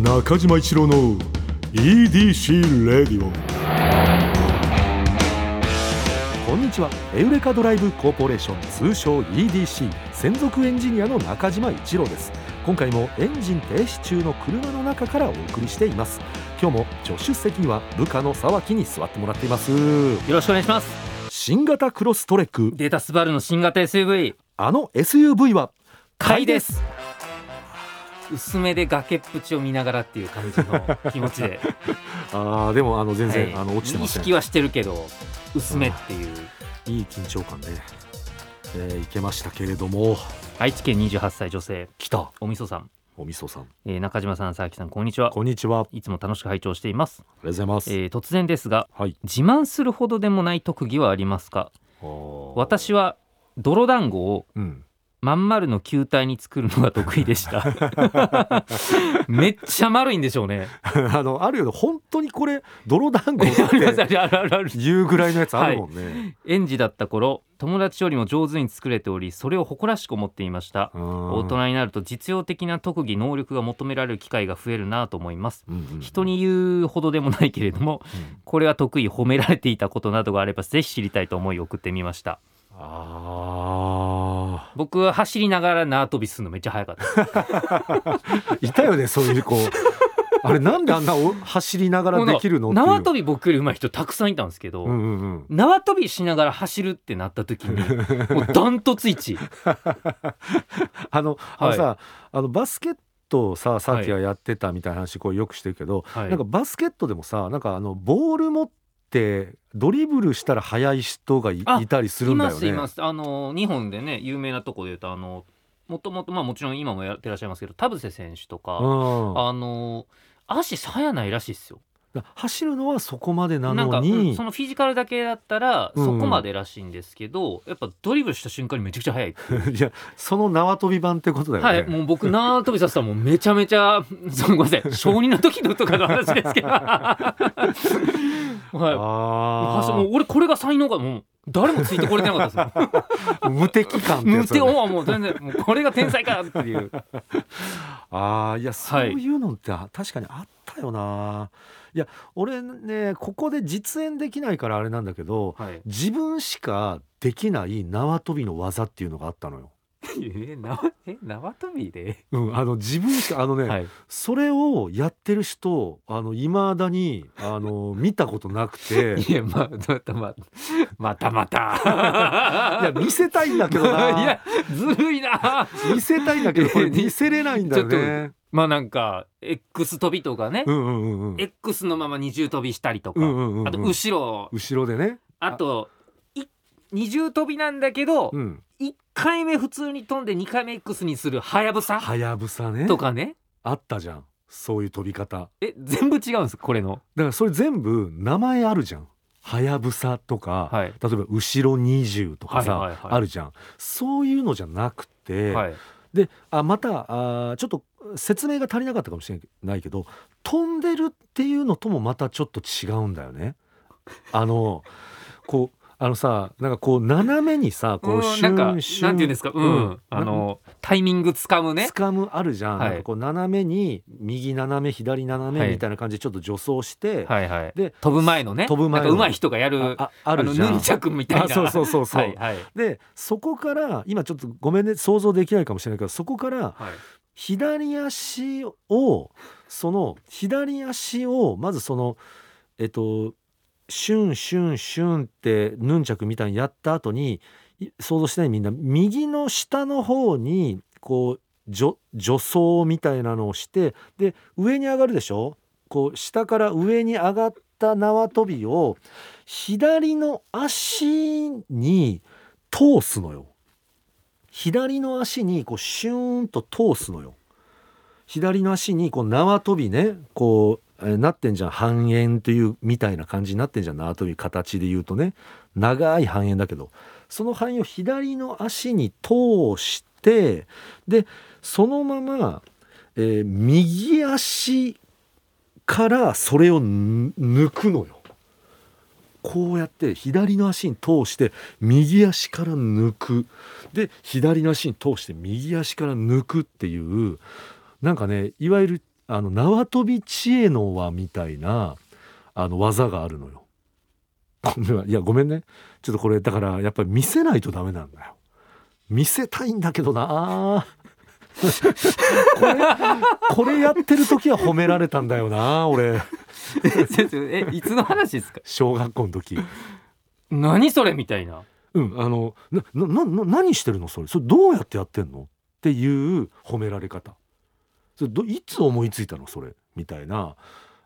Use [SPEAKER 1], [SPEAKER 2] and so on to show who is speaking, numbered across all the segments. [SPEAKER 1] 中島一郎の EDC レディオ
[SPEAKER 2] こんにちはエウレカドライブコーポレーション通称 EDC 専属エンジニアの中島一郎です今回もエンジン停止中の車の中からお送りしています今日も助手席には部下の沢木に座ってもらっています
[SPEAKER 3] よろしくお願いします
[SPEAKER 2] 新型クロストレック
[SPEAKER 3] データスバルの新型 SUV
[SPEAKER 2] あの SUV は
[SPEAKER 3] 買いです薄めで崖っぷちを見ながらっていう感じの気持ちで
[SPEAKER 2] あーでもあの 全然、
[SPEAKER 3] はい
[SPEAKER 2] あの落ちてま
[SPEAKER 3] 意
[SPEAKER 2] せん
[SPEAKER 3] 識はしてるけど薄めっていう
[SPEAKER 2] いい緊張感で、えー、いけましたけれども
[SPEAKER 3] 愛知県28歳女性
[SPEAKER 2] 来た
[SPEAKER 3] おみそさん、
[SPEAKER 2] おみそさん
[SPEAKER 3] えー中島さん佐々木さんこんにちは
[SPEAKER 2] こんにちはあり
[SPEAKER 3] いつも楽しく拝聴しています、
[SPEAKER 2] がとうございます、
[SPEAKER 3] えー突然ですが
[SPEAKER 2] はい
[SPEAKER 3] 自慢するほどでもない特技はありますか
[SPEAKER 2] 私
[SPEAKER 3] 私は泥団子を
[SPEAKER 2] うん
[SPEAKER 3] まん丸の球体に作るのが得意 でしためっちゃ丸いんでしょうね
[SPEAKER 2] あのあるよね本当にこれ泥 団子っ
[SPEAKER 3] ありますあ
[SPEAKER 2] て
[SPEAKER 3] るあるあるある
[SPEAKER 2] 言うぐらいのやつあるもんね、
[SPEAKER 3] 園児だった頃友達よりも上手に作れておりそれを誇らしく思っていました
[SPEAKER 2] うん
[SPEAKER 3] 大人になると実用的な特技能力が求められる機会が増えるなと思います
[SPEAKER 2] うんうん
[SPEAKER 3] 人に言うほどでもないけれども
[SPEAKER 2] うん
[SPEAKER 3] これは得意褒められていたことなどがあればぜひ知りたいと思い送ってみました
[SPEAKER 2] あ
[SPEAKER 3] 僕は走りながら縄跳びするのめっちゃ早か ったです
[SPEAKER 2] ーいたよねそういう子 あれなんであんなお走りながらできるのっていう
[SPEAKER 3] 縄跳び僕より上手い人たくさんいたんですけど、
[SPEAKER 2] うんうん うん
[SPEAKER 3] 縄跳びしながら走るってなった時 にもうダントツ一位
[SPEAKER 2] あの,、あの
[SPEAKER 3] は
[SPEAKER 2] さあのバスケットをささっきはやってたみたいな話こうよくしてるけど、
[SPEAKER 3] はい
[SPEAKER 2] なんかバスケットでもさなんかあのボール持ってドリブルしたら速い人がい
[SPEAKER 3] あ
[SPEAKER 2] いたりするんだよね。
[SPEAKER 3] いますいますあの日本でね有名なとこで言うとあのもともとまあもちろん今もやってらっしゃいますけど田臥選手と
[SPEAKER 2] う
[SPEAKER 3] か、
[SPEAKER 2] ん、
[SPEAKER 3] あの足速ないらしいですよ
[SPEAKER 2] 走るのはそこまでな
[SPEAKER 3] なんか、
[SPEAKER 2] の
[SPEAKER 3] うん
[SPEAKER 2] に
[SPEAKER 3] そのフィジカルだけだったら
[SPEAKER 2] うん
[SPEAKER 3] そこまでらしいんですけど、やっぱドリブルした瞬間にめちゃくちゃ速い、
[SPEAKER 2] いやその縄跳び版ってことだよね。
[SPEAKER 3] はいもう僕縄跳びさせたらもうめちゃめちゃそうごめんなさい小児の時のとかの話です けどはい
[SPEAKER 2] あ
[SPEAKER 3] もうもう
[SPEAKER 2] ー
[SPEAKER 3] 俺これが才能かもう誰もついてこれてなかったですもん
[SPEAKER 2] 無敵感ってや
[SPEAKER 3] 無
[SPEAKER 2] つ
[SPEAKER 3] 敵
[SPEAKER 2] だね、
[SPEAKER 3] はもう全然もうこれが天才かっていう
[SPEAKER 2] ああいやそう
[SPEAKER 3] い
[SPEAKER 2] いうのって確かにあったよな、い、や俺ねここで実演できないからあれなんだけど
[SPEAKER 3] はい
[SPEAKER 2] 自分しかできない縄跳びの技っていうのがあったのよ。
[SPEAKER 3] えなえ縄跳びで、
[SPEAKER 2] うん、あの自分しかあのね、
[SPEAKER 3] はい、
[SPEAKER 2] それをやってる人あの未だにあの見たことなくてい
[SPEAKER 3] いやままたままたまたい
[SPEAKER 2] や見せたいんだけど ない
[SPEAKER 3] やずるいな
[SPEAKER 2] 見せたいんだけどこれ見せれないんだよ
[SPEAKER 3] ちょ
[SPEAKER 2] ね。
[SPEAKER 3] まあなんか X 飛びとかね、
[SPEAKER 2] うんうんうんうん
[SPEAKER 3] X のまま二重跳びしたりとか、
[SPEAKER 2] うんうんうんうん
[SPEAKER 3] あと後ろ
[SPEAKER 2] 後ろでね。
[SPEAKER 3] あとい二重跳びなんだけど、
[SPEAKER 2] うん。
[SPEAKER 3] 一回目普通に飛んで二回目 X にするはやぶさ
[SPEAKER 2] はやぶさね。
[SPEAKER 3] とかね
[SPEAKER 2] あったじゃん。そういう飛び方。
[SPEAKER 3] え全部違うんですこれの
[SPEAKER 2] だからそれ全部名前あるじゃん。はやぶさとか、
[SPEAKER 3] はい
[SPEAKER 2] 例えば後ろ20とかさ、
[SPEAKER 3] はいはいはい
[SPEAKER 2] あるじゃん。そういうのじゃなくて、
[SPEAKER 3] はい
[SPEAKER 2] であまたあーちょっと説明が足りなかったかもしれないけど飛んでるっていうのともまたちょっと違うんだよね。あのこうあのさなんかこう斜めにさこう
[SPEAKER 3] うん
[SPEAKER 2] シ
[SPEAKER 3] なんか
[SPEAKER 2] ュ
[SPEAKER 3] な
[SPEAKER 2] ン
[SPEAKER 3] んて
[SPEAKER 2] シ
[SPEAKER 3] い
[SPEAKER 2] ュン
[SPEAKER 3] うんですか、うんあのタイミングつかむね
[SPEAKER 2] つかむあるじゃん,、
[SPEAKER 3] はい
[SPEAKER 2] なんかこう斜めに右斜め左斜
[SPEAKER 3] は
[SPEAKER 2] め
[SPEAKER 3] い
[SPEAKER 2] みたいな感じでちょっと助走して、
[SPEAKER 3] はいはい
[SPEAKER 2] で
[SPEAKER 3] 飛ぶ前のね
[SPEAKER 2] 飛ぶ前の
[SPEAKER 3] なんか上手い人がやる
[SPEAKER 2] あああるじゃ
[SPEAKER 3] のヌ
[SPEAKER 2] ん
[SPEAKER 3] ン。チャクみたいな
[SPEAKER 2] あそうそうそうそう。
[SPEAKER 3] はいはい
[SPEAKER 2] でそこから今ちょっとごめんね想像できないかもしれないけどそこから
[SPEAKER 3] はい
[SPEAKER 2] 左足をその左足をまずそのえっとシュンシュンシュンってヌンチャクみたいにやった後にい想像してないみんな右の下の方にこう助助走みたいなのをしてで上に上がるでしょこう下から上に上がった縄跳びを左の足に通すのよ。左の足にこうシューンと通すのよ。左の足にこう縄跳びねこう、えーなってんじゃん半円というみたいな感じになってんじゃん縄跳び形で言うとね長い半円だけどその半円を左の足に通してでそのまま、えー右足からそれをぬ抜くのよ。こうやって左の足に通して右足から抜くで左の足に通して右足から抜くっていうなんかねいわゆるあの縄跳び知恵の輪みたいなあの技があるのよ。これはいやごめんねちょっとこれだからやっぱり見せないとダメなんだよ。見せたいんだけどなこれこれやってる時は褒められたんだよな俺
[SPEAKER 3] 先生えいつの話ですか
[SPEAKER 2] 小学校の時。
[SPEAKER 3] 何それみたいな
[SPEAKER 2] うん、あのなななな何してるのそれそれどうやってやってんのっていう褒められ方それどいつ思いついたのそれみたいな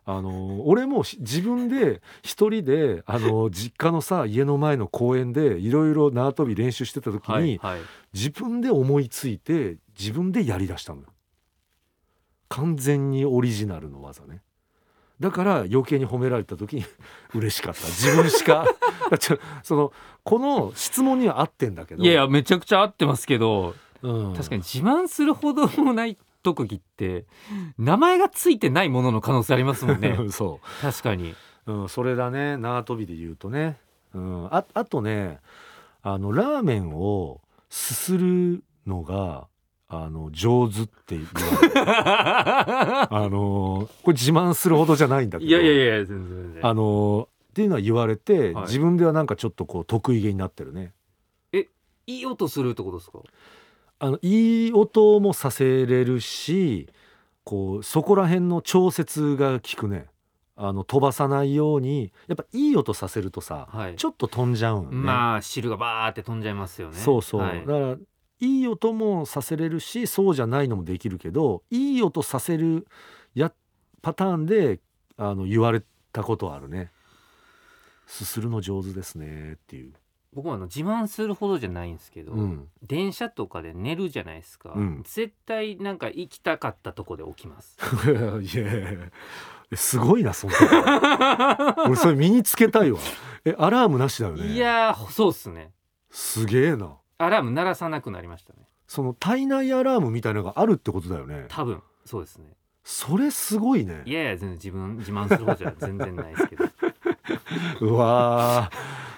[SPEAKER 2] あの俺もし自分で一人であの実家のさ家の前の公園でいろいろ縄跳び練習してた時に、
[SPEAKER 3] はいはい
[SPEAKER 2] 自分で思いついて自分でやりだしたのよ完全にオリジナルの技ねだから余計に褒められた時に 嬉しかった自分しか ちょそのこの質問には合ってんだけど
[SPEAKER 3] いやいやめちゃくちゃ合ってますけど
[SPEAKER 2] うん
[SPEAKER 3] 確かに自慢するほどもない特技って名前がついてないものの可能性ありますもんね
[SPEAKER 2] そ
[SPEAKER 3] 確 かに
[SPEAKER 2] う、うん、それだね縄跳びで言うとね、うん、ああとねあのラーメンをすするのがあの上手って言われるあのこれ自慢するほどじゃないんだけど
[SPEAKER 3] いやいやいや全然全然
[SPEAKER 2] あのーっていうのは言われて、
[SPEAKER 3] はい
[SPEAKER 2] 自分ではなんかちょっとこう得意げになってるね
[SPEAKER 3] いい音するってことですか
[SPEAKER 2] あのいい音もさせれるしこうそこら辺の調節が効くねあの飛ばさないようにやっぱいい音させるとさ、
[SPEAKER 3] はい
[SPEAKER 2] ちょっと飛んじゃうんよね、
[SPEAKER 3] まあ汁がバーって飛んじゃいますよね
[SPEAKER 2] そうそう、
[SPEAKER 3] は
[SPEAKER 2] だ
[SPEAKER 3] い
[SPEAKER 2] からいい音もさせれるしそうじゃないのもできるけどいい音させるやパターンであの言われたことはあるねすするの上手ですねっていう、
[SPEAKER 3] 僕はあの自慢するほどじゃないんですけど、
[SPEAKER 2] うん、
[SPEAKER 3] 電車とかで寝るじゃないですか、
[SPEAKER 2] うん
[SPEAKER 3] 絶対なんか行きたかったとこで起きます
[SPEAKER 2] いや いやいやえすごいなそんなの俺それ身につけたいわえアラームなしだよね
[SPEAKER 3] いやーそうっすね
[SPEAKER 2] すげえな
[SPEAKER 3] アラーム鳴らさなくなりましたね
[SPEAKER 2] その体内アラームみたいなのがあるってことだよね
[SPEAKER 3] 多分そうですね
[SPEAKER 2] それすごいね
[SPEAKER 3] いやいや全然自分自慢するほどじゃ全然ないですけ ど
[SPEAKER 2] うわ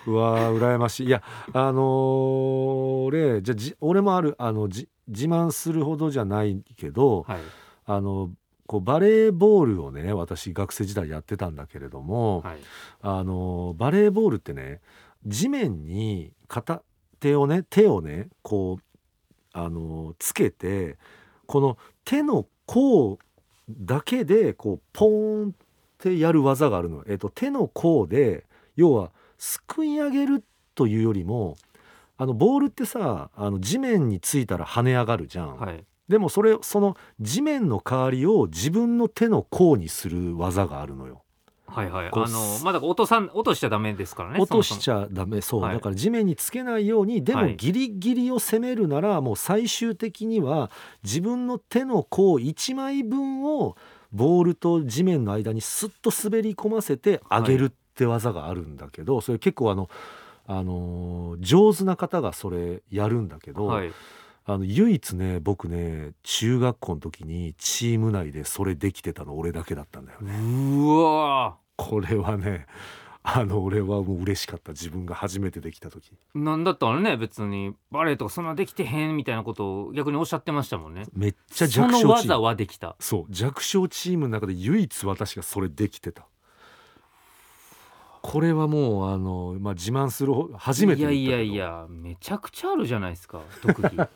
[SPEAKER 2] ーうわー羨ましいいやあのー俺じゃあじ俺もあるあのじ自慢するほどじゃないけど
[SPEAKER 3] はい
[SPEAKER 2] あのこうバレーボールをね私学生時代やってたんだけれども、
[SPEAKER 3] はい
[SPEAKER 2] あのバレーボールってね地面に片手をね手をねこうあのつけてこの手の甲だけでこうポーンってやる技があるの。えっと、手の甲で要はすくい上げるというよりもあのボールってさあの地面についたら跳ね上がるじゃん。
[SPEAKER 3] はい
[SPEAKER 2] でもそれその地面の代わりを自分の手の甲にする技があるのよ。
[SPEAKER 3] はいはい
[SPEAKER 2] こう
[SPEAKER 3] あのまだ落とさん落としちゃダメですからね
[SPEAKER 2] 落とし
[SPEAKER 3] ゃ
[SPEAKER 2] ちゃダメそう、
[SPEAKER 3] はい
[SPEAKER 2] だから地面につけないようにで
[SPEAKER 3] は
[SPEAKER 2] も
[SPEAKER 3] い
[SPEAKER 2] ギリギリを攻めるなら、もう最終的には自分の手の甲1枚分をボールと地面の間にスッと滑り込ませて上げるって技があるんだけど、それ結構あの、あのー上手な方がそれやるんだけど、
[SPEAKER 3] はい
[SPEAKER 2] あの唯一ね僕ね中学校の時にチーム内でそれできてたの俺だけだったんだよね。
[SPEAKER 3] うわ
[SPEAKER 2] これはねあの俺はもう嬉しかった自分が初めてできた時
[SPEAKER 3] ーなんだったらね別にバレエとかそんなできてへんみたいなことを逆におっしゃってましたもんね
[SPEAKER 2] めっちゃ
[SPEAKER 3] そ
[SPEAKER 2] 弱
[SPEAKER 3] の
[SPEAKER 2] 小チー
[SPEAKER 3] 技
[SPEAKER 2] ム
[SPEAKER 3] はできた
[SPEAKER 2] そう弱小チームの中で唯一私がそれできてたこれはもうあの、まあ、自慢するほ初めて
[SPEAKER 3] い
[SPEAKER 2] だっ
[SPEAKER 3] や
[SPEAKER 2] たけ
[SPEAKER 3] い
[SPEAKER 2] ど
[SPEAKER 3] やいやめちゃくちゃあるじゃないですか 特技は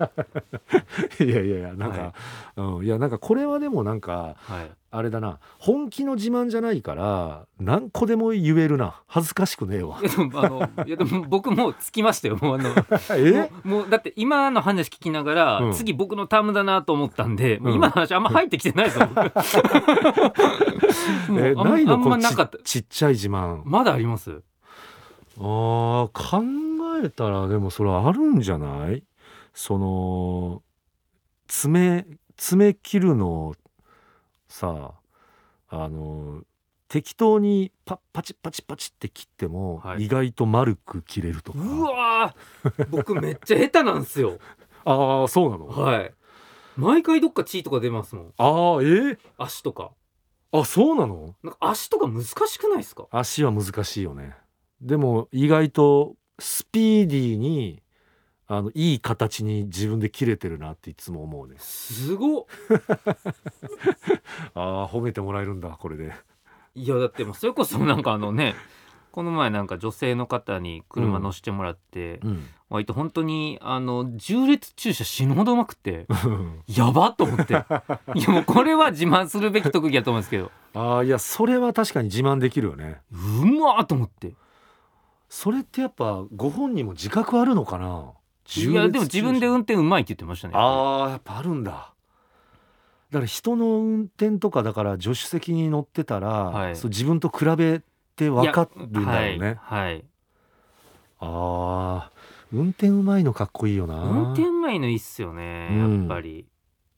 [SPEAKER 3] い
[SPEAKER 2] やいやいやなんか、うん、いやなんかこれはでもなんか
[SPEAKER 3] い
[SPEAKER 2] あれだな本気の自慢じゃないから何個でも言えるな恥ずかしくねえわ
[SPEAKER 3] いやでもあのいやでも僕もうつきましたよもうあの
[SPEAKER 2] え
[SPEAKER 3] もうだって今の話聞きながら、
[SPEAKER 2] うん
[SPEAKER 3] 次僕のタームだなと思ったんで、も
[SPEAKER 2] う
[SPEAKER 3] う
[SPEAKER 2] ん
[SPEAKER 3] 今の話あんま入ってきてないぞ、 僕も う
[SPEAKER 2] え
[SPEAKER 3] あん
[SPEAKER 2] ないの
[SPEAKER 3] あん
[SPEAKER 2] こ
[SPEAKER 3] ま
[SPEAKER 2] の
[SPEAKER 3] なかった
[SPEAKER 2] ちちっちゃい自慢
[SPEAKER 3] まだあります
[SPEAKER 2] あー考えたらでもそれあるんじゃないその爪爪切るのさあの適当にパッパチパチパチって切っても、
[SPEAKER 3] はい
[SPEAKER 2] 意外と丸く切れるとか
[SPEAKER 3] うわー僕めっちゃ下手なんですよ
[SPEAKER 2] ああそうなの、
[SPEAKER 3] はい毎回どっか血とか出ますもん
[SPEAKER 2] ああえー
[SPEAKER 3] 足とか
[SPEAKER 2] あそうなの
[SPEAKER 3] なんか足とか難しくないですか
[SPEAKER 2] 足は難しいよねでも意外とスピーディーにあのいい形に自分で切れてるなっていつも思うね
[SPEAKER 3] すごっ
[SPEAKER 2] ああ褒めてもらえるんだこれで
[SPEAKER 3] いやだってもうそれこそなんかあのねこの前なんか女性の方に車乗してもらって、
[SPEAKER 2] うん
[SPEAKER 3] 割と本当にあの重列駐車死ぬほどうまくてやばっと 思っていやもうこれは自慢するべき特技だと思うんですけど
[SPEAKER 2] ああいやそれは確かに自慢できるよね
[SPEAKER 3] うまーと思って
[SPEAKER 2] それってやっぱご本人も自覚あるのかない
[SPEAKER 3] やでも自分で運転うまいって言ってましたね
[SPEAKER 2] ああやっぱあるんだだから人の運転とかだから助手席に乗ってたら、
[SPEAKER 3] はい
[SPEAKER 2] そう自分と比べて分かるんだろうね、
[SPEAKER 3] はい、はい
[SPEAKER 2] ああ運転うまいのかっこいいよな
[SPEAKER 3] 運転うまいのいいっすよね、
[SPEAKER 2] うん
[SPEAKER 3] やっぱり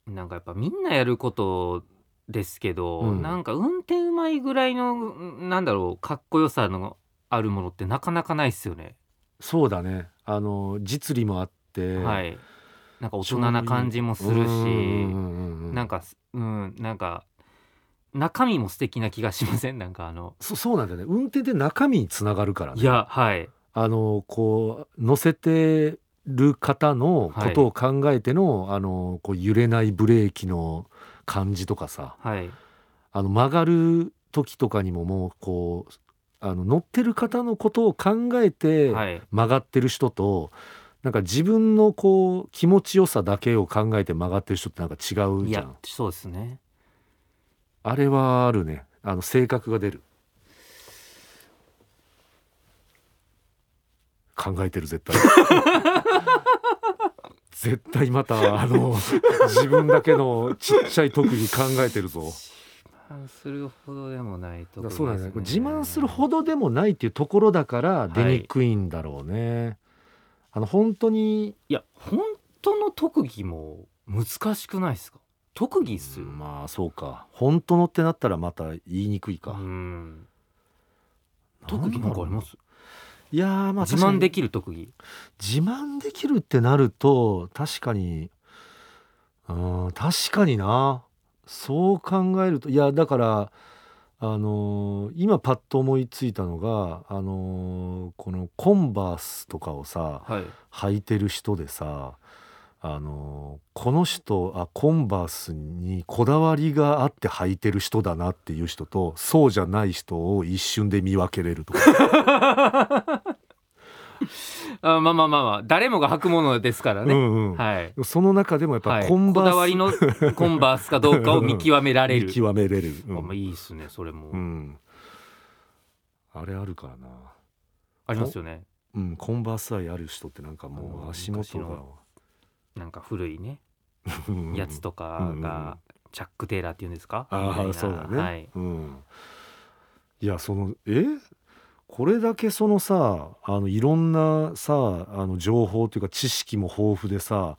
[SPEAKER 3] なんかやっぱみんなやることですけど、
[SPEAKER 2] うん
[SPEAKER 3] なんか運転うまいぐらいのんなんだろうかっこよさのあるものってなかなかないっすよね、
[SPEAKER 2] そうだねあの実利もあって
[SPEAKER 3] はいなんか大人な感じもするしなん
[SPEAKER 2] か
[SPEAKER 3] かすうんなんか中身も素敵な気がしませんなんかあの
[SPEAKER 2] そそうなんだよね運転で中身につながるからね
[SPEAKER 3] いやはい
[SPEAKER 2] あのこう乗せてる方のことを考えての,、あのこう揺れないブレーキの感じとかさ
[SPEAKER 3] はい
[SPEAKER 2] あの曲がる時とかにももうこうあの乗ってる方のことを考えて
[SPEAKER 3] はい
[SPEAKER 2] 曲がってる人と、なんか自分のこう気持ちよさだけを考えて曲がってる人ってなんか違う
[SPEAKER 3] い
[SPEAKER 2] じゃ
[SPEAKER 3] や
[SPEAKER 2] ん
[SPEAKER 3] そうですね
[SPEAKER 2] あれはあるねあの性格が出る考えてる絶対 絶対またあの自分だけのちっちゃい特技考えてるぞ
[SPEAKER 3] 自慢するほどでもないと
[SPEAKER 2] だからそうなんだよね、これ自慢するほどでもないっていうところだから出にくいんだろうね、あの本当に
[SPEAKER 3] いや本当の特技も難しくないですか特技っすよ、
[SPEAKER 2] まあそうか本当のってなったらまた言いにくいか、
[SPEAKER 3] うん
[SPEAKER 2] なんだろう
[SPEAKER 3] 特技なんかあります、
[SPEAKER 2] いやーまあ
[SPEAKER 3] 自慢で
[SPEAKER 2] き
[SPEAKER 3] きる特技
[SPEAKER 2] 自慢できるってなると確かにうーん確かになそう考えるといやだからあのー今パッと思いついたのがあのーこのコンバースとかをさ、
[SPEAKER 3] はい
[SPEAKER 2] 履いてる人でさあのこの人あコンバースにこだわりがあって履いてる人だなっていう人とそうじゃない人を一瞬で見分けれると か
[SPEAKER 3] あまあまあまあまあ誰もが履くものですから
[SPEAKER 2] う
[SPEAKER 3] ね、
[SPEAKER 2] ん、うん
[SPEAKER 3] はい
[SPEAKER 2] その中でもやっぱ
[SPEAKER 3] はい、
[SPEAKER 2] コン
[SPEAKER 3] こ
[SPEAKER 2] バ
[SPEAKER 3] だ
[SPEAKER 2] ー
[SPEAKER 3] わり
[SPEAKER 2] ス
[SPEAKER 3] のコンバースかどうかを見極められ
[SPEAKER 2] 見
[SPEAKER 3] る
[SPEAKER 2] 極めれる、う
[SPEAKER 3] あまあ
[SPEAKER 2] ん
[SPEAKER 3] いいっすねそれも、
[SPEAKER 2] うんあれあるからな、
[SPEAKER 3] ありますよね
[SPEAKER 2] うん、コンバース愛ある人ってなんか
[SPEAKER 3] あ
[SPEAKER 2] もう
[SPEAKER 3] の
[SPEAKER 2] 足元
[SPEAKER 3] 昔
[SPEAKER 2] が
[SPEAKER 3] のなんか古いね
[SPEAKER 2] うん
[SPEAKER 3] やつとかがチャック・テイラーっていうんですかみたい
[SPEAKER 2] ああ
[SPEAKER 3] な
[SPEAKER 2] そうだね、
[SPEAKER 3] はい、
[SPEAKER 2] うん、いやそのえこれだけそのさあのいろんなさあの情報というか知識も豊富でさ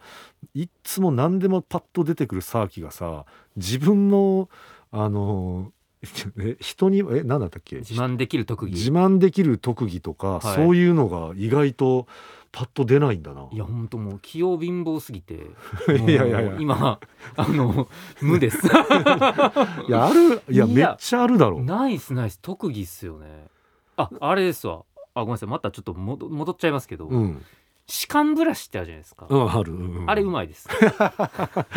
[SPEAKER 2] いっつも何でもパッと出てくるサーキがさ自分のあの え人にえ何だったっけ
[SPEAKER 3] 自慢できる特技
[SPEAKER 2] 自慢できる特技とか、
[SPEAKER 3] はい
[SPEAKER 2] そういうのが意外とパッと出ないんだな。
[SPEAKER 3] いや本当もう器用貧乏すぎて
[SPEAKER 2] いやいやい
[SPEAKER 3] も
[SPEAKER 2] や
[SPEAKER 3] う今あの無です
[SPEAKER 2] いやあるいや
[SPEAKER 3] い
[SPEAKER 2] めっ
[SPEAKER 3] や
[SPEAKER 2] ちゃあるだろう。
[SPEAKER 3] ナイスナイス特技っすよねああれですわあごめんなさいまたちょっと戻戻っちゃいますけど、
[SPEAKER 2] うん、
[SPEAKER 3] 歯間ブラシってあるじゃないですか、
[SPEAKER 2] うん、ある、うんうん
[SPEAKER 3] あれうまいです
[SPEAKER 2] あ、だか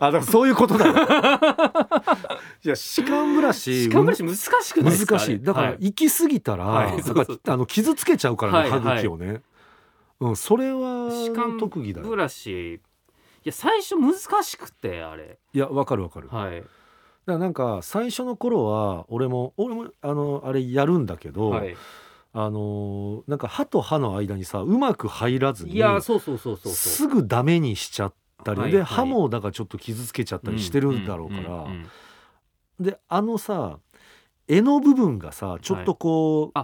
[SPEAKER 2] らそういうことだな。 いや、歯間ブラシ。
[SPEAKER 3] 歯間ブラシ難しくないですか
[SPEAKER 2] 難し
[SPEAKER 3] あれ
[SPEAKER 2] い。だから、
[SPEAKER 3] はい
[SPEAKER 2] 行き過ぎたら、
[SPEAKER 3] はい
[SPEAKER 2] やっぱ
[SPEAKER 3] そうそう
[SPEAKER 2] あの傷つけちゃうからね、
[SPEAKER 3] は
[SPEAKER 2] 歯
[SPEAKER 3] い
[SPEAKER 2] 茎をね。うん、それは
[SPEAKER 3] 歯間
[SPEAKER 2] 特技だ
[SPEAKER 3] ブ
[SPEAKER 2] よ。
[SPEAKER 3] ラシいや最初難しくてあれ
[SPEAKER 2] いや、わかるわかる。だか
[SPEAKER 3] はい
[SPEAKER 2] ら、なんか最初の頃は、俺も、俺も、あの、あれやるんだけど。
[SPEAKER 3] はい
[SPEAKER 2] あのー、なんか歯と歯の間にさ、うまく入らずに。
[SPEAKER 3] いやそうそうそうそうそう
[SPEAKER 2] すぐダメにしちゃったり、
[SPEAKER 3] はいは
[SPEAKER 2] で、
[SPEAKER 3] い
[SPEAKER 2] 歯もだから、ちょっと傷つけちゃったりしてるんだろうから。
[SPEAKER 3] んんんん
[SPEAKER 2] であのさ柄の部分がさちょっとこう、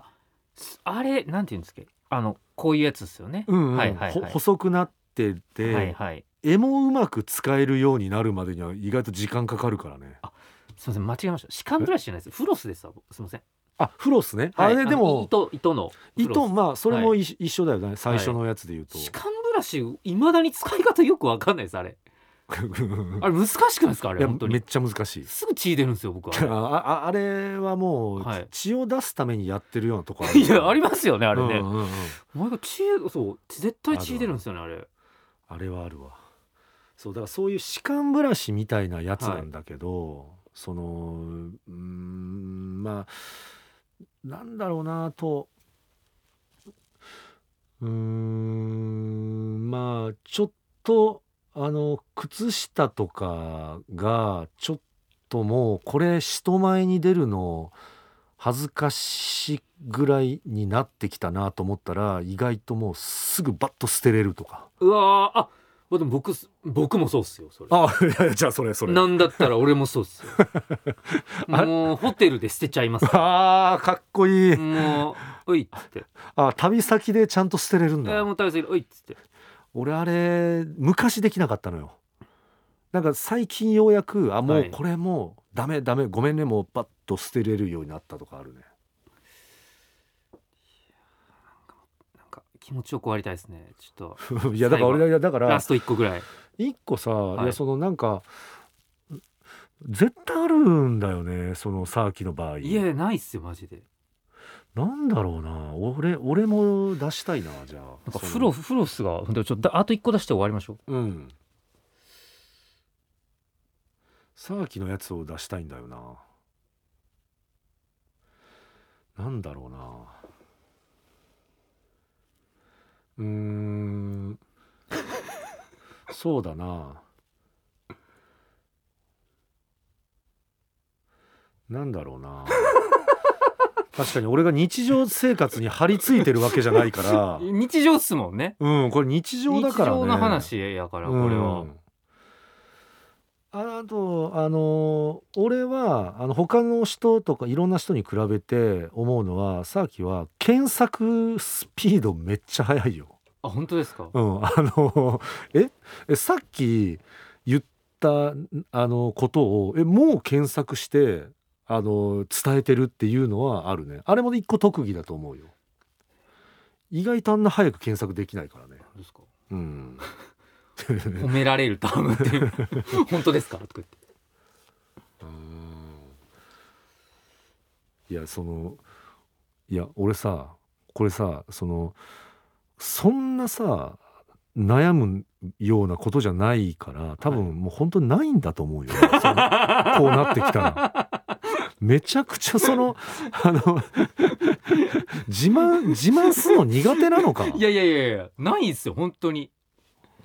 [SPEAKER 3] あれなんていうんですっけあのこういうやつですよね、
[SPEAKER 2] うんうん
[SPEAKER 3] はいはいはい
[SPEAKER 2] ほ細くなってて、
[SPEAKER 3] はいはい
[SPEAKER 2] 柄もうまく使えるようになるまでには意外と時間かかるからね
[SPEAKER 3] すみません間違えました歯間ブラシじゃないですフロスですわすみません、
[SPEAKER 2] あフロスね、あ
[SPEAKER 3] は
[SPEAKER 2] れ
[SPEAKER 3] い
[SPEAKER 2] で
[SPEAKER 3] の
[SPEAKER 2] も
[SPEAKER 3] 糸糸のフロス
[SPEAKER 2] 糸まあそれもい、一緒だよね最初のやつで言うと、
[SPEAKER 3] 歯間ブラシいまだに使い方よくわかんないですあれあれ難しくないですかあ
[SPEAKER 2] い
[SPEAKER 3] れ
[SPEAKER 2] や
[SPEAKER 3] 本当
[SPEAKER 2] めっ
[SPEAKER 3] に
[SPEAKER 2] ちゃ難しい
[SPEAKER 3] すぐ血出るんですよ 僕
[SPEAKER 2] あ
[SPEAKER 3] は
[SPEAKER 2] ああれはもう、
[SPEAKER 3] はい
[SPEAKER 2] 血を出すためにやってるようなとこある
[SPEAKER 3] いやありますよねあ
[SPEAKER 2] あ
[SPEAKER 3] れね、
[SPEAKER 2] うんうんうん
[SPEAKER 3] お前が血そう絶対血出るんですよねあれ
[SPEAKER 2] あれはあるわそうだからそういう歯間ブラシみたいなやつなんだけど、そのうーんまあなんだろうなとうーんまあちょっとあの靴下とかがちょっともうこれ人前に出るの恥ずかしいぐらいになってきたなと思ったら意外ともうすぐバッと捨てれるとか
[SPEAKER 3] うわーあでも僕す僕もそうっすよそれ
[SPEAKER 2] あいやいやじゃあそれそれ
[SPEAKER 3] なんだったら俺もそうっす
[SPEAKER 2] あ
[SPEAKER 3] よもうホテルで捨てちゃい ます
[SPEAKER 2] あーかっこいい
[SPEAKER 3] もう「おい」っつって
[SPEAKER 2] あ旅先でちゃんと捨てれるん
[SPEAKER 3] 「い
[SPEAKER 2] だ
[SPEAKER 3] やもう食べ過ぎるおい」っつって
[SPEAKER 2] 俺あれ昔できなかったのよなんか最近ようやくあも
[SPEAKER 3] は
[SPEAKER 2] う
[SPEAKER 3] い
[SPEAKER 2] これもうダメダメごめんねもうパッと捨てれるようになったとかあるね
[SPEAKER 3] なんか気持ちよく終わりたいですねちょっ
[SPEAKER 2] いやだから俺がいやだか
[SPEAKER 3] とラ
[SPEAKER 2] ら
[SPEAKER 3] スト一個ぐらい
[SPEAKER 2] 一個さ、い、
[SPEAKER 3] は
[SPEAKER 2] や
[SPEAKER 3] い
[SPEAKER 2] そのなんか絶対あるんだよねそのサーキの場合
[SPEAKER 3] いやないっすよマジで
[SPEAKER 2] なんだろうな俺俺も出したいなじゃあ
[SPEAKER 3] なん
[SPEAKER 2] そ
[SPEAKER 3] か
[SPEAKER 2] の
[SPEAKER 3] フロフロスがでもちょっとだあと一個出して終わりましょう
[SPEAKER 2] うんサーキのやつを出したいんだよななんだろうなうーんそうだななんだろうな確かに俺が日常生活に張り付いてるわけじゃない から
[SPEAKER 3] 日常っすもんね
[SPEAKER 2] うんこれ日常だからね
[SPEAKER 3] 日常の話やからこれは、
[SPEAKER 2] うんああとあの俺はあの他の人とかいろんな人に比べて思うのはサーキは検索スピードめっちゃ速いよ。
[SPEAKER 3] あ本当ですか
[SPEAKER 2] うん、 あのええさっき言ったあのことをえもう検索してあの伝えてるっていうのはあるねあれも一個特技だと思うよ意外とあんな早く検索できないからね
[SPEAKER 3] 本当ですか
[SPEAKER 2] うん
[SPEAKER 3] 褒められると思って 本当ですかとか言って
[SPEAKER 2] いやそのいや俺さこれさそのそんなさ悩むようなことじゃないから多分もう本当にないんだと思うよ、そのこうなってきたら。めちゃくちゃそ のあの自慢自慢するの苦手なのか
[SPEAKER 3] いやいやいやいやないっすよ本当に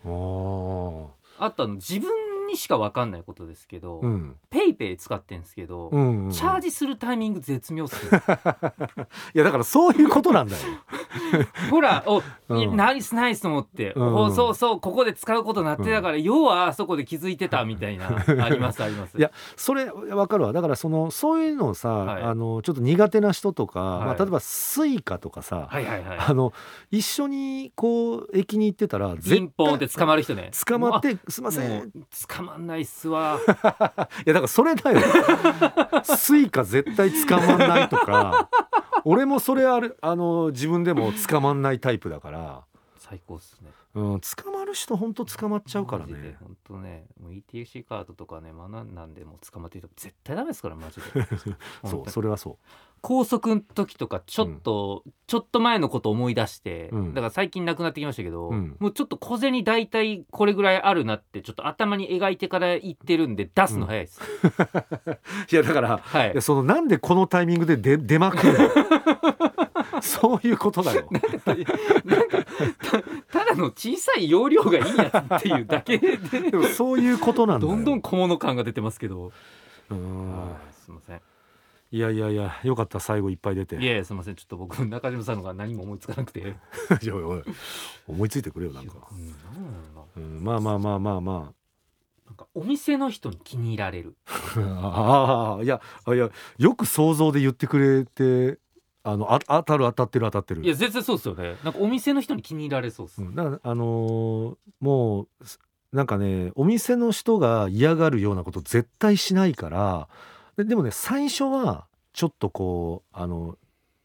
[SPEAKER 2] あー
[SPEAKER 3] あとあの自分にしか分かんないことですけど、
[SPEAKER 2] うん
[SPEAKER 3] ペイペイ使ってんですけど、
[SPEAKER 2] うんうん、
[SPEAKER 3] チャー
[SPEAKER 2] い
[SPEAKER 3] ジするタイミング絶妙っ すね
[SPEAKER 2] やだからそう いうことなんだよ。
[SPEAKER 3] ほらお、
[SPEAKER 2] うん
[SPEAKER 3] いナイスナイスと思って、
[SPEAKER 2] うん
[SPEAKER 3] おそうそうここで使うことになってたから、要はあそこで気づいてたみたいなありますありま す
[SPEAKER 2] いやそれわかるわだからそのそういうのをさ、
[SPEAKER 3] はい
[SPEAKER 2] あのちょっと苦手な人とか、
[SPEAKER 3] はい
[SPEAKER 2] まあ、例えばスイカとかさ、
[SPEAKER 3] はいはいはい
[SPEAKER 2] あの一緒にこう駅に行ってたら
[SPEAKER 3] ピンポンって捕まる人ね
[SPEAKER 2] 捕まって「すいま
[SPEAKER 3] もう
[SPEAKER 2] せん」
[SPEAKER 3] も
[SPEAKER 2] いう
[SPEAKER 3] 捕まんないっす わ
[SPEAKER 2] やだからそれだよスイカ絶対捕まんないと か俺もそれあるあの自分でも捕まんないタイプだから、
[SPEAKER 3] 最高っすね
[SPEAKER 2] うん、捕まる人ほんと捕まっちゃうから
[SPEAKER 3] マジで
[SPEAKER 2] ね。
[SPEAKER 3] 本当ね、もう ETC カードとかね、学んだんでもう捕まってる人絶対ダメですからマ ジで。
[SPEAKER 2] そう
[SPEAKER 3] 本当
[SPEAKER 2] そ
[SPEAKER 3] に
[SPEAKER 2] れはそ
[SPEAKER 3] 高速の時とかちょっと、ちょっと前のこと思い出して、
[SPEAKER 2] うん
[SPEAKER 3] だから最近なくなってきましたけど、
[SPEAKER 2] うん
[SPEAKER 3] もうちょっと小銭大体これぐらいあるなってちょっと頭に描いてから言ってるんで出すの早いです。
[SPEAKER 2] ういやだから
[SPEAKER 3] はいい
[SPEAKER 2] や。そのなんでこのタイミングで 出出まくるの そういうことだよ。
[SPEAKER 3] ただの小さい容量がいいやつっていうだ けで
[SPEAKER 2] でもそういうことなんだよ。
[SPEAKER 3] どんどん小物感が出てますけど。
[SPEAKER 2] うん
[SPEAKER 3] はいすみません。
[SPEAKER 2] いやいやいやよかった最後いっぱい出て。
[SPEAKER 3] いやいやすみません。ちょっと僕 中島さんのが何も思いつかなくて。
[SPEAKER 2] いやおい思いついてくれよなんか。
[SPEAKER 3] うんなんだろうな
[SPEAKER 2] うん、まあまあまあまあま
[SPEAKER 3] なんかお店の人に気に入られる。
[SPEAKER 2] あ。あ あいやあいやよく想像で言ってくれてあのあ当たる当たってる当たってる。
[SPEAKER 3] いや、全然そうですよね。なんかお店の人に気に入られそうです。
[SPEAKER 2] うん、だからあのーもうすなんかねお店の人が嫌がるようなこと絶対しないからででもね最初はちょっとこうあの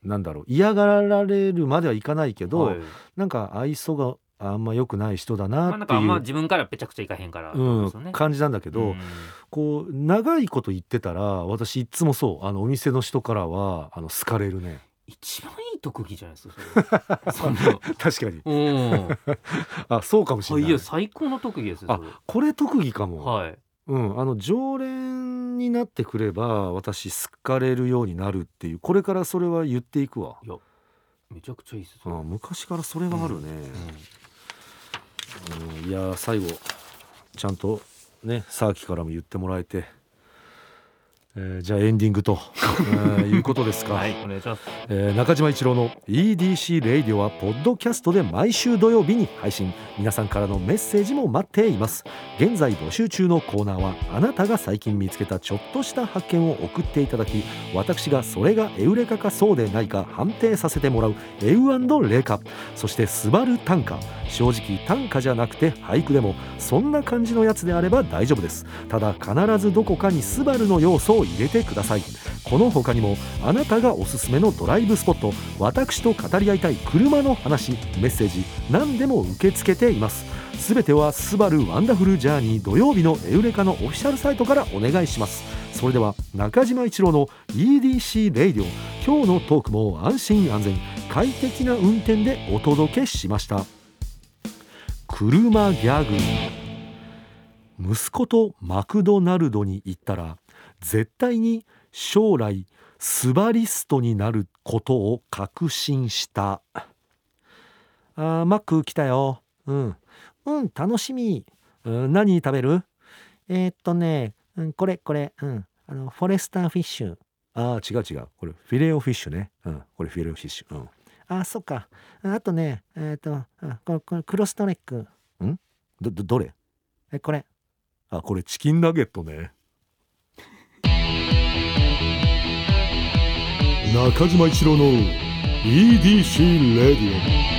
[SPEAKER 2] なんだろう嫌がられるまではいかないけど、
[SPEAKER 3] はい
[SPEAKER 2] なんか愛想があんま良くない人だ
[SPEAKER 3] まあ、
[SPEAKER 2] な
[SPEAKER 3] なん
[SPEAKER 2] って
[SPEAKER 3] かあん
[SPEAKER 2] い
[SPEAKER 3] ま
[SPEAKER 2] う。
[SPEAKER 3] 自分からぺちゃくちゃいかへんから。
[SPEAKER 2] うん
[SPEAKER 3] そうですよね
[SPEAKER 2] 感じなんだけど、
[SPEAKER 3] うん
[SPEAKER 2] こう長いこと言ってたら私いつもそうあのお店の人からはあの好かれるね
[SPEAKER 3] 一番いい特技じゃないですか。それそ んな
[SPEAKER 2] 確かに
[SPEAKER 3] うん。は
[SPEAKER 2] あそうかもしれ
[SPEAKER 3] いい
[SPEAKER 2] ない
[SPEAKER 3] や、最高の特技ですよ。それ
[SPEAKER 2] これ特技かも、
[SPEAKER 3] はい。
[SPEAKER 2] うん、あの常連間になってくれば私好かれるようになるっていうこれからそれは言っていくわ、
[SPEAKER 3] めちゃくちゃいいです
[SPEAKER 2] う
[SPEAKER 3] それ
[SPEAKER 2] ん、昔からそれはあるね、うんいやー最後ちゃんとねサーキからも言ってもらえて、えーじゃあエンディングと、えーいうことです か、
[SPEAKER 3] はい、お願いします。
[SPEAKER 2] えー中島一郎の EDC レイディオはポッドキャストで毎週土曜日に配信皆さんからのメッセージも待っています現在募集中のコーナーはあなたが最近見つけたちょっとした発見を送っていただき私がそれがエウレカかそうでないか判定させてもらうエウレカそしてスバル短歌正直短歌じゃなくて俳句でもそんな感じのやつであれば大丈夫ですただ必ずどこかにスバルの要素を入れてくださいこの他にもあなたがおすすめのドライブスポット私と語り合いたい車の話メッセージ何でも受け付けていますすべては「スバルワンダフルジャーニー」土曜日のエウレカのオフィシャルサイトからお願いしますそれでは中島一郎の EDC レイディオ今日のトークも安心安全快適な運転でお届けしました車ギャグ息子とマクドナルドに行ったら絶対に将来スバリストになることを確信したあーマック来たようんうん楽しみ、うん、何食べるえーっとね、うん、これこれうんあのフォレスターフィッシュあー違う違うこれフィレオフィッシュねうんこれフィレオフィッシュうんあーそっかあとねえーっとあこれこれクロストレックんどどどれえこれあこれチキンナゲットね
[SPEAKER 1] 中島一郎の EDC レディオ